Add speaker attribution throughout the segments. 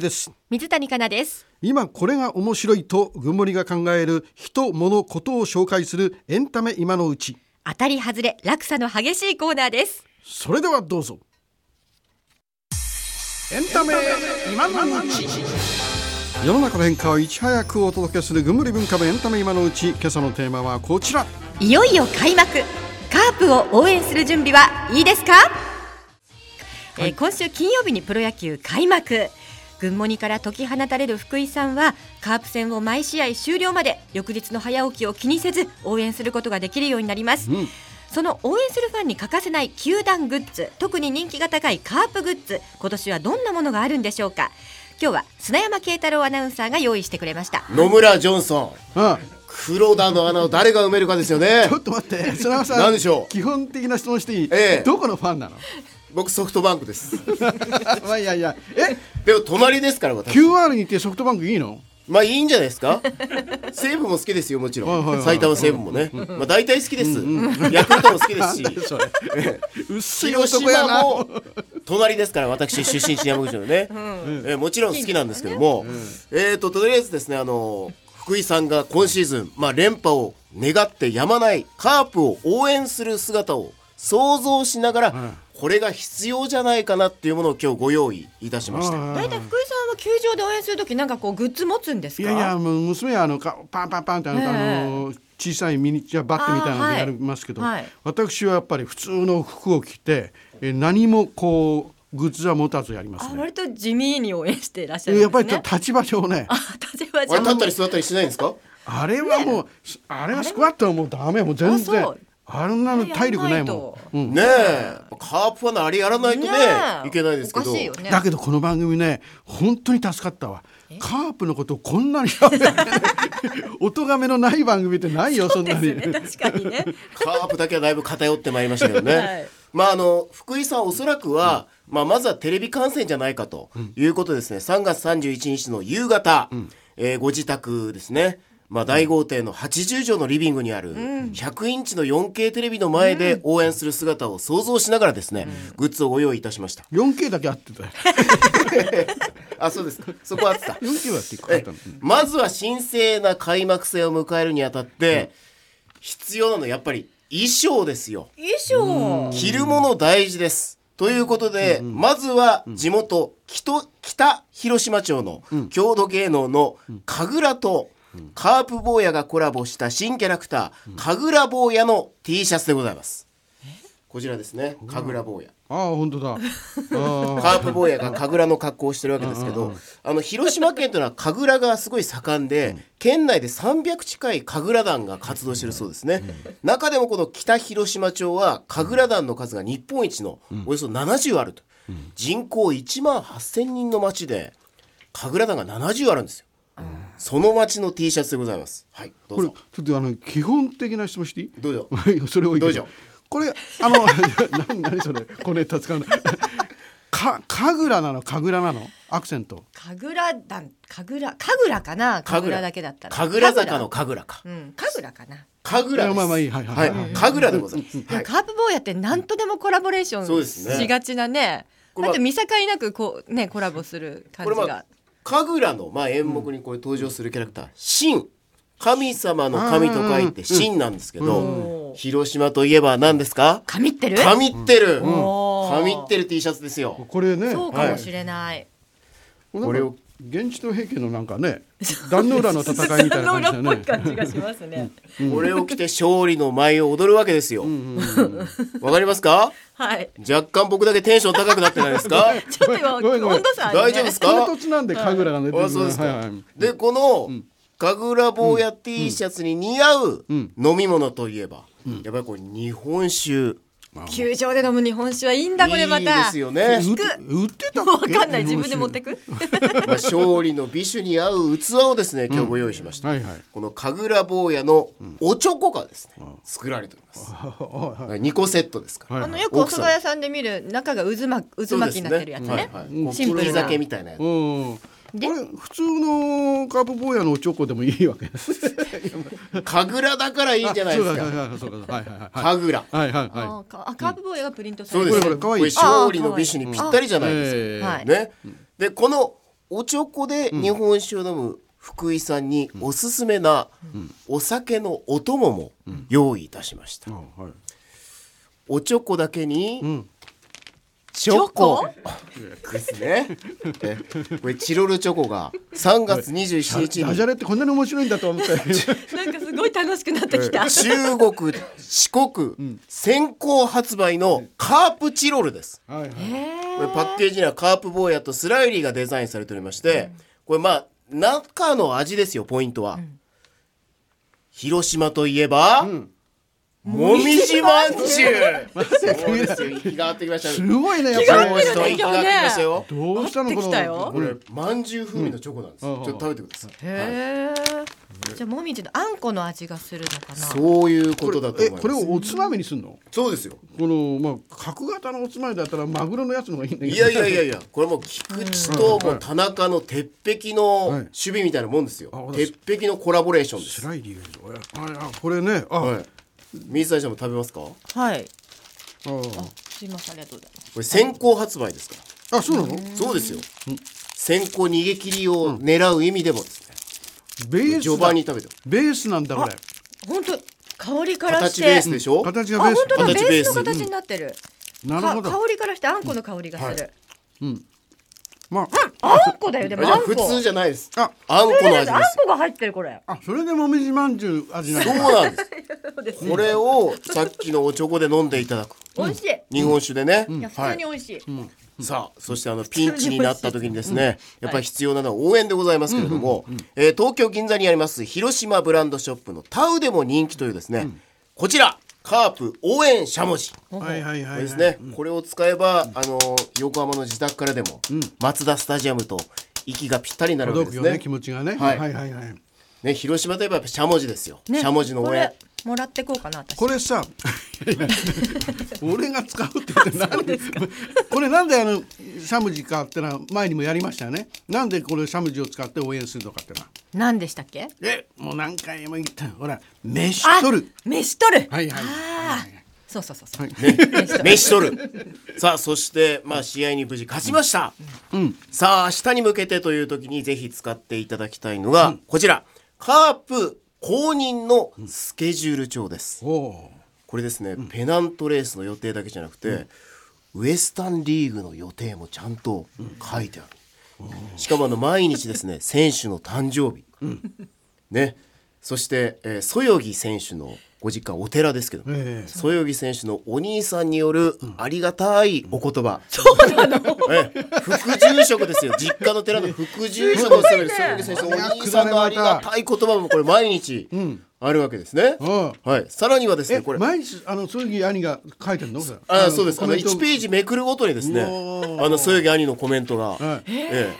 Speaker 1: です
Speaker 2: 水谷香奈です
Speaker 1: 今これが面白いと群森が考える人物ことを紹介するエンタメ今のうち
Speaker 2: 当たり外れ落差の激しいコーナーです
Speaker 1: それではどうぞエンタメ今のうち世の中の変化をいち早くお届けする群森文化部エンタメ今のうち今朝のテーマはこちら
Speaker 2: いよいよ開幕カープを応援する準備はいいですか、えー今週金曜日にプロ野球開幕群モニから解き放たれる福井さんはカープ戦を毎試合終了まで翌日の早起きを気にせず応援することができるようになります、
Speaker 1: うん
Speaker 2: その応援するファンに欠かせない球団グッズ特に人気が高いカープグッズ今年はどんなものがあるんでしょうか今日は砂山慶太郎アナウンサーが用意してくれました
Speaker 3: 野村ジョンソン
Speaker 1: あ
Speaker 3: 黒田の穴を誰が埋めるかですよね
Speaker 1: ちょっと待って砂川さん
Speaker 3: 何でしょう
Speaker 1: 基本的な質問していい、
Speaker 3: ええ
Speaker 1: どこのファンなの
Speaker 3: 僕ソフトバンクです
Speaker 1: まあいやいやえ
Speaker 3: でも隣ですから私
Speaker 1: QR に行ってソフトバンクいいの
Speaker 3: まあいいんじゃないですか西武も好きですよもちろん、
Speaker 1: はいはいはい
Speaker 3: 埼玉西武もね、まあ大体好きです、ヤクルトも好き ですし
Speaker 1: それ薄い
Speaker 3: 広
Speaker 1: 男や
Speaker 3: 島
Speaker 1: な
Speaker 3: も隣ですから私出身地山口のね、えーもちろん好きなんですけども、えー、ととりあえずですねあの福井さんが今シーズン、まあ、連覇を願ってやまないカープを応援する姿を想像しながら、これが必要じゃないかなっていうものを今日ご用意いたしました。
Speaker 2: 大体福井さんは球場で応援するときなんかこうグッズ持つんですか
Speaker 1: いやいやもう娘はあのかパンパンパンってあの、
Speaker 2: ええ
Speaker 1: あの小さいミニチュアバッグみたいなの
Speaker 2: あー
Speaker 1: で
Speaker 2: はい
Speaker 1: やりますけど、
Speaker 2: はい
Speaker 1: 私はやっぱり普通の服を着てえ何もこうグッズは持たずやりま
Speaker 2: あ
Speaker 1: すね
Speaker 2: 割と地味に応援していらっしゃるんで
Speaker 1: や
Speaker 2: すね
Speaker 1: っぱりちょっと立場上ね
Speaker 2: あ立場
Speaker 3: あれ
Speaker 2: 上
Speaker 3: 立ったり座ったりしないんですか
Speaker 1: あれはもう、あれはスクワットはもうダメもう全
Speaker 2: あ
Speaker 1: 然
Speaker 2: そう
Speaker 1: あんなの体力ない
Speaker 2: やらない
Speaker 1: も
Speaker 2: と
Speaker 1: ん、うん
Speaker 3: ねえカープファンのあれやらないとね
Speaker 2: え
Speaker 3: いけないですけど
Speaker 2: おかしいよね
Speaker 1: だけどこの番組ね本当に助かったわカープのことをこんなに喋 るお咎めのない番組ってないよそんなに、
Speaker 2: ですね確かにね
Speaker 3: カープだけはだいぶ偏ってまいりましたけど ね。
Speaker 2: はい
Speaker 3: まああの福井さんおそらくは、まあまずはテレビ観戦じゃないかということですね。3月31日の夕方、えーご自宅ですね。まあ大豪邸の80畳のリビングにある100インチの 4K テレビの前で応援する姿を想像しながらですね、グッズをご用意いたしました。
Speaker 1: 4K だけあってたよ
Speaker 3: あ、そうですか。 そこはあってた。
Speaker 1: 4K はって書いたの
Speaker 3: まずは神聖な開幕戦を迎えるにあたって、必要なのはやっぱり衣装ですよ。
Speaker 2: 衣装
Speaker 3: 着るもの大事です。ということで、まずは地元、北北広島町の郷土芸能の神楽とカープ坊やがコラボした新キャラクター、神楽坊やの T シャツでございます。こちらですね、神楽坊や。
Speaker 1: ああ本当だあー
Speaker 3: カープ坊やが神楽の格好をしてるわけですけど、あの広島県というのは神楽がすごい盛んで、県内で300近い神楽団が活動してるそうですね。中でもこの北広島町は神楽団の数が日本一のおよそ70あると。人口1万8000人の町で、神楽団が70あるんですよ。その町の T シャツでございます。はい、ど
Speaker 1: こ
Speaker 3: う
Speaker 1: れ
Speaker 3: ぞ。
Speaker 1: ちょっとあの基本的な質問していい
Speaker 3: どうぞ。
Speaker 1: それを
Speaker 3: どうぞ
Speaker 1: これあの 何何それ小ネタ使うのか神楽なの神楽なのアクセント
Speaker 2: 神楽団神楽神楽かな神楽だけだったら
Speaker 3: 神楽坂の神楽か。
Speaker 2: 神楽うん神楽かな、
Speaker 3: 神楽です。
Speaker 1: まあまあいいはいはいはい
Speaker 3: 神楽でございます。はい
Speaker 2: カープ坊やって何とでもコラボレーショ
Speaker 3: そうですね
Speaker 2: ンしがちなね
Speaker 3: これは
Speaker 2: だって見境なくこうねコラボする感
Speaker 3: こ
Speaker 2: じ
Speaker 3: れ
Speaker 2: が
Speaker 3: まあ神楽のまあ演目にこれ登場するキャラクター神神様の神と書いて神なんですけ
Speaker 2: う
Speaker 3: ど
Speaker 2: ん
Speaker 3: 広島といえば何ですか
Speaker 2: 神ってる
Speaker 3: 神ってる
Speaker 2: おー
Speaker 3: 神ってる T シャツですよ
Speaker 1: これね
Speaker 2: そうかもしれない、
Speaker 1: こ
Speaker 3: こ
Speaker 1: れ
Speaker 3: れ
Speaker 1: を
Speaker 3: を
Speaker 1: 現地と平家のなんかね壇ノ浦の戦いみたいな感じだ
Speaker 2: 壇ノ浦っぽい
Speaker 1: ね
Speaker 2: 感じがしますね
Speaker 3: これを着て勝利の舞を踊るわけですよわかりますか
Speaker 2: はい
Speaker 3: 若干僕だけテンション高くなってないで すか
Speaker 2: ちょっと今
Speaker 1: ごめんごめん
Speaker 2: 温度差ある、ね、
Speaker 3: 大丈夫ですか
Speaker 1: 唐突なんで神楽が出てくる
Speaker 3: あそうですか、
Speaker 1: はいはい
Speaker 3: でこの神楽坊や T シャツに似合う飲み物といえば、やっぱりこれ日本酒
Speaker 2: 球場で飲む日本酒はいいんだこれまた
Speaker 3: いいですよね
Speaker 1: 売って売ってたっ
Speaker 2: わ
Speaker 1: け
Speaker 2: かんない自分で持ってく
Speaker 3: まあ、勝利の美酒に合う器をですね今日ご用意しました、
Speaker 1: はいはい
Speaker 3: この神楽坊やのおちょこがですね、作られており ます、2個セットですから、
Speaker 1: はい
Speaker 2: あのよくお蕎麦屋さんで見る中が渦巻渦巻きになってるやつね
Speaker 3: はいはい、こう
Speaker 2: シンプルな
Speaker 3: 黒酒みたいなやつ
Speaker 1: うん
Speaker 2: で
Speaker 1: これ普通のカープ坊やのおちょこでもいいわけ
Speaker 3: 神楽だからい いじゃないです
Speaker 1: そう
Speaker 3: か
Speaker 1: かそうかそうかはいはいはい
Speaker 3: 神楽
Speaker 1: はいはいは
Speaker 2: あーかあカープボーイがプリントさ
Speaker 3: そう
Speaker 2: れ
Speaker 3: で
Speaker 2: て
Speaker 3: す
Speaker 2: る
Speaker 3: こ
Speaker 1: これ
Speaker 3: れ
Speaker 1: これ可愛い
Speaker 3: 勝利の美酒にぴったりじゃないです
Speaker 1: い。
Speaker 3: か、
Speaker 2: はい
Speaker 3: ね、でこのおちょこで日本酒を飲む福井さんにおすすめなお酒のお供も用意いたしました
Speaker 1: あ。はい
Speaker 3: おちょこだけに
Speaker 1: ん
Speaker 3: チョコですね。えこれチロルチョコが3月27日
Speaker 1: ダ
Speaker 3: に
Speaker 1: ジャレってこんなに面白いんだと思っ て
Speaker 2: なんかすごい楽しくなってきた。
Speaker 3: 中国四国先行発売のカープチロルです
Speaker 1: はいはい
Speaker 3: これパッケージにはカープ坊やとスライリーがデザインされておりましてこれまあ中の味ですよポイントは広島といえばもみじまんじゅうそうですよ息が合ってきました
Speaker 1: す
Speaker 3: ね
Speaker 1: ごいねやっ
Speaker 2: 気が
Speaker 1: ぱ
Speaker 2: 合
Speaker 1: り
Speaker 2: ってるね
Speaker 3: 息が合ってきましたよ
Speaker 1: どうしたの
Speaker 2: 合ってきたよ
Speaker 1: このこ
Speaker 3: まんじゅう風味のチョコなんです
Speaker 1: う
Speaker 3: ち
Speaker 1: ん
Speaker 3: ょっと食べてください
Speaker 2: へえ。じゃあもみじのあんこの味がするのかな。
Speaker 3: そういうことだと
Speaker 1: れえ
Speaker 3: 思います
Speaker 1: これをおつまみにすんの
Speaker 3: そうですよ
Speaker 1: このまあ角型のおつまみだったらマグロのやつの方がいいんだけど
Speaker 3: いやいやいやいや、これもう菊池ともう田中の鉄壁
Speaker 1: は
Speaker 3: の
Speaker 1: い
Speaker 3: 守備みたいなもんですよ。
Speaker 1: あ私
Speaker 3: 鉄壁のコラボレーションで
Speaker 1: ス
Speaker 3: す。
Speaker 1: ライディーがいるあいやこれねあ、
Speaker 3: はい。水谷さんも食べますか？こ
Speaker 2: はい。
Speaker 1: あ
Speaker 2: すいませんありがとうございます。
Speaker 3: れ先行発売ですか
Speaker 1: あそうなの
Speaker 3: ら。そうですよ。先行逃げ切りを狙う意味でもですね。
Speaker 1: ベース
Speaker 3: 序
Speaker 1: だ
Speaker 3: 盤に食べても
Speaker 1: ベースなんだこれ
Speaker 2: 本当香りからし
Speaker 3: 形ベース
Speaker 2: て。
Speaker 3: でしょ？
Speaker 1: 形
Speaker 2: あ
Speaker 1: がベ
Speaker 2: 本
Speaker 1: ース
Speaker 2: 当だベ
Speaker 3: 形ベ
Speaker 2: ー
Speaker 3: ース
Speaker 2: スの形になってる。
Speaker 1: なる
Speaker 2: か
Speaker 1: ほ
Speaker 2: 香
Speaker 1: ど
Speaker 2: りからしてあんこの香りがする。
Speaker 1: まあ
Speaker 2: あんこだよで
Speaker 3: あ
Speaker 2: も
Speaker 3: じゃ
Speaker 2: あ
Speaker 3: あ
Speaker 2: んこ。
Speaker 3: 普通じゃないです。
Speaker 1: あ
Speaker 3: あんこの味
Speaker 2: あん
Speaker 3: です。
Speaker 2: こが入ってるこれ。
Speaker 1: あそれでもみじまんじゅう味なん
Speaker 3: そ
Speaker 1: だ
Speaker 3: うなんです。これをさっきのおちょこで飲んでいただく。
Speaker 2: 美味しい。
Speaker 3: 日本酒でね。
Speaker 2: いや普
Speaker 3: は
Speaker 2: 通
Speaker 3: い
Speaker 2: に美味しい。
Speaker 3: さあそしてあのピンチになった時にですね、やっぱり必要なのは応援でございますけれども、えー東京銀座にあります広島ブランドショップのタウでも人気というですね、こちらカープ応援しゃもじ
Speaker 1: はいはいはい、
Speaker 3: こ
Speaker 1: は
Speaker 3: れ
Speaker 1: い、
Speaker 3: ですね、これを使えば、あの横浜の自宅からでも、松田スタジアムと息がぴったりになるわ
Speaker 1: 届
Speaker 3: け
Speaker 1: く
Speaker 3: で
Speaker 1: よ
Speaker 3: す
Speaker 1: ね
Speaker 3: ね
Speaker 1: 気持ちがね、は、
Speaker 3: はいい
Speaker 1: はいはいはい
Speaker 3: ね広島といえばやっぱしゃもじですよ、
Speaker 2: ね
Speaker 3: しゃもじの応援
Speaker 2: これもらってこうかな私。
Speaker 1: これさ俺が使うって言って何これなんであのしゃむじかってのは前にもやりましたよねなんでこれしゃむじを使って応援するのかってのは
Speaker 2: 何でしたっけ？
Speaker 1: えもう何回も言ったほら飯
Speaker 2: あ
Speaker 1: 取る
Speaker 2: 飯取る。
Speaker 1: はいはい
Speaker 2: ああ。そうそうそうそう。飯取る
Speaker 3: 飯取るさあそしてまあ試合に無事勝ちました、さあ明日に向けてという時にぜひ使っていただきたいのが、こちらカープ公認のスケジュール帳です、
Speaker 1: おお
Speaker 3: これですね、ペナントレースの予定だけじゃなくて、ウエスタンリーグの予定もちゃんと書いてある、しかもあの毎日ですね選手の誕生日、ねそして、えー、そよぎ選手のご実家お寺ですけど、
Speaker 1: ええ
Speaker 3: そよぎ選手のお兄さんによるありがたいお言葉、ええ副住職ですよ実家の寺の副住職を務めるそよぎ選手のお兄さんのありがたい言葉もこれ毎日あるわけですね、
Speaker 1: うん
Speaker 3: はい、さらにはです
Speaker 1: え
Speaker 3: ねこれ
Speaker 1: 毎日あのそういう兄が書いてるのそれ
Speaker 3: あそうです。あ
Speaker 1: コ
Speaker 3: の
Speaker 1: メント
Speaker 3: 1ページめくるごとにですね、
Speaker 1: うお
Speaker 3: あの、そよぎ兄のコメントが、
Speaker 1: はい
Speaker 3: え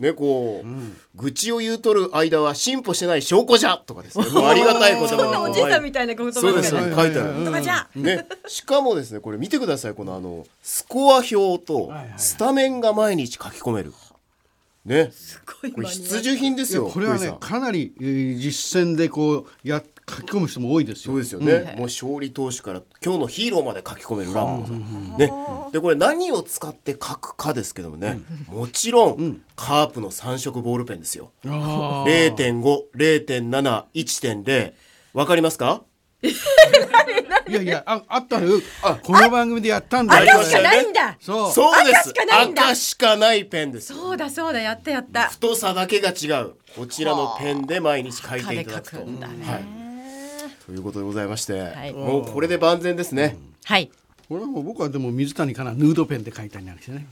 Speaker 3: え、ね、こう、愚痴を言うとる間は進歩してない証拠じゃと かですね、もうありがたい言葉
Speaker 2: そんなおじいさんみたいな言葉
Speaker 3: そうで
Speaker 2: み
Speaker 3: す、
Speaker 2: たいな
Speaker 3: 書いてあ
Speaker 1: うん
Speaker 2: と
Speaker 3: る。
Speaker 2: かじゃあ。
Speaker 3: ね、しかもですね、これ見てください、このあの、スコア表と
Speaker 1: はいはい
Speaker 3: スタメンが毎日書き込める。ね、
Speaker 2: すごい
Speaker 3: これ
Speaker 2: マニア
Speaker 3: 必需品です
Speaker 1: いや
Speaker 3: よ、
Speaker 1: これは
Speaker 3: 福井
Speaker 1: ね
Speaker 3: さん
Speaker 1: かなり、えー実践でこうや書き込む人も多いですよ
Speaker 3: そうですよね、もう勝利投手から今日のヒーローまで書き込めるラーメンね、でこれ何を使って書くかですけどもね、もちろん、カープの3色ボールペンですよ
Speaker 1: あー
Speaker 3: 0.50.71.0わかりますか
Speaker 1: いやいやああったのよこの番組でやったんだ
Speaker 2: あ
Speaker 1: よ
Speaker 2: れしかないんだ。
Speaker 1: そう
Speaker 3: そうで
Speaker 2: 赤
Speaker 3: す
Speaker 2: しかないんだ
Speaker 3: 赤しかないペンです
Speaker 2: そうだそうだやったやった。
Speaker 3: 太さだけが違うこちらのペンで毎日書いていただくと、
Speaker 2: 赤で書くんだね
Speaker 3: はい、ということでございまして、
Speaker 2: い
Speaker 3: もうこれで万全ですね、
Speaker 2: はい。
Speaker 1: これはもう僕はでも水谷かなヌードペンで書いたんじゃなくてね。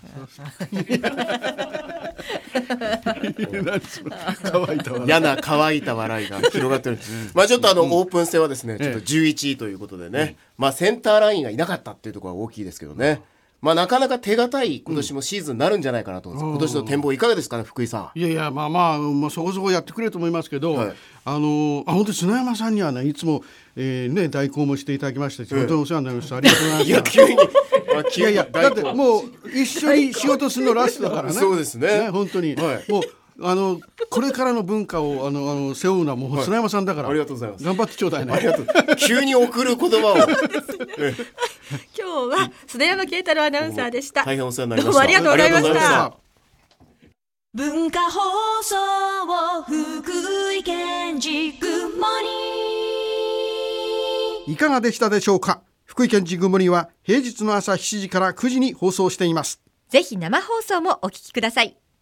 Speaker 1: 何それ乾いたわ。
Speaker 3: 嫌な乾いた笑いが広がってる。まあちょっとあのオープン戦はですね、ちょっと11位ということでね、まあセンターラインがいなかったっていうところが大きいですけどね。まあなかなか手堅い今年もシーズンになるんじゃないかなと思うんです。今年の展望いかがですかね、福井さん。
Speaker 1: いやいやまあまあ、まあ、そこそこやってくれると思いますけど、
Speaker 3: はい
Speaker 1: あのあ本当に砂山さんにはねいつも、えーね代行もしていただきまして本当にお世話になりましたありがとうございま
Speaker 3: い
Speaker 1: し
Speaker 3: や
Speaker 1: た。
Speaker 3: 急に、あ
Speaker 1: いや
Speaker 3: 急
Speaker 1: い
Speaker 3: に
Speaker 1: やだってもう一緒に仕事するのラストだからね。
Speaker 3: そうですね
Speaker 1: 本当に、
Speaker 3: はい
Speaker 1: もうあのこれからの文化をあのあの背負うのはもう砂山さんだから、
Speaker 3: ありがとうございます
Speaker 1: 頑張ってちょうだいね。
Speaker 3: 急に送る言 葉を
Speaker 2: 今日は須田山慶太郎アナウンサーでした。
Speaker 3: 大変お世話になり
Speaker 2: ど
Speaker 3: ました。
Speaker 2: うもありがとうございま
Speaker 1: ありが
Speaker 2: し
Speaker 1: とうございましたた。
Speaker 4: 文化放送福井県ジグモニ
Speaker 1: いかがでしたでしょうか福井県ジグモリは平日の朝7時から9時に放送しています
Speaker 2: ぜひ生放送もお聞きください。